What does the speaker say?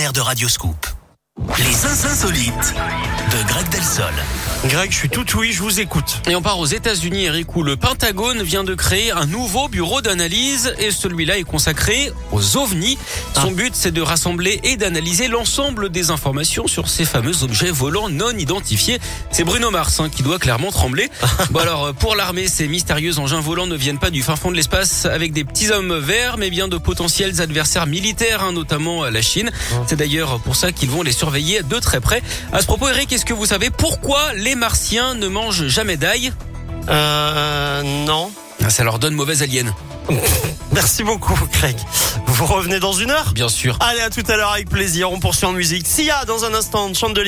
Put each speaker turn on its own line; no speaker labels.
horaires de Radio Scoop. Les insolites de Greg Delsol.
Greg, je suis tout oui, je vous écoute.
Et on part aux États-Unis, Eric, où le Pentagone vient de créer un nouveau bureau d'analyse et celui-là est consacré aux ovnis. Son but, c'est de rassembler et d'analyser l'ensemble des informations sur ces fameux objets volants non identifiés. C'est Bruno Mars hein, qui doit clairement trembler. Bon alors, pour l'armée, ces mystérieux engins volants ne viennent pas du fin fond de l'espace avec des petits hommes verts, mais bien de potentiels adversaires militaires, hein, notamment la Chine. C'est d'ailleurs pour ça qu'ils vont les surveiller de très près. À ce propos, Eric, est-ce que vous savez pourquoi les Martiens ne mangent jamais d'ail Ah,
Euh, non.
Ça leur donne mauvaise alien.
Merci beaucoup, Greg. Vous revenez dans une heure
Bien sûr.
Allez, à tout à l'heure avec plaisir. On poursuit en musique. Sia, dans un instant, chante de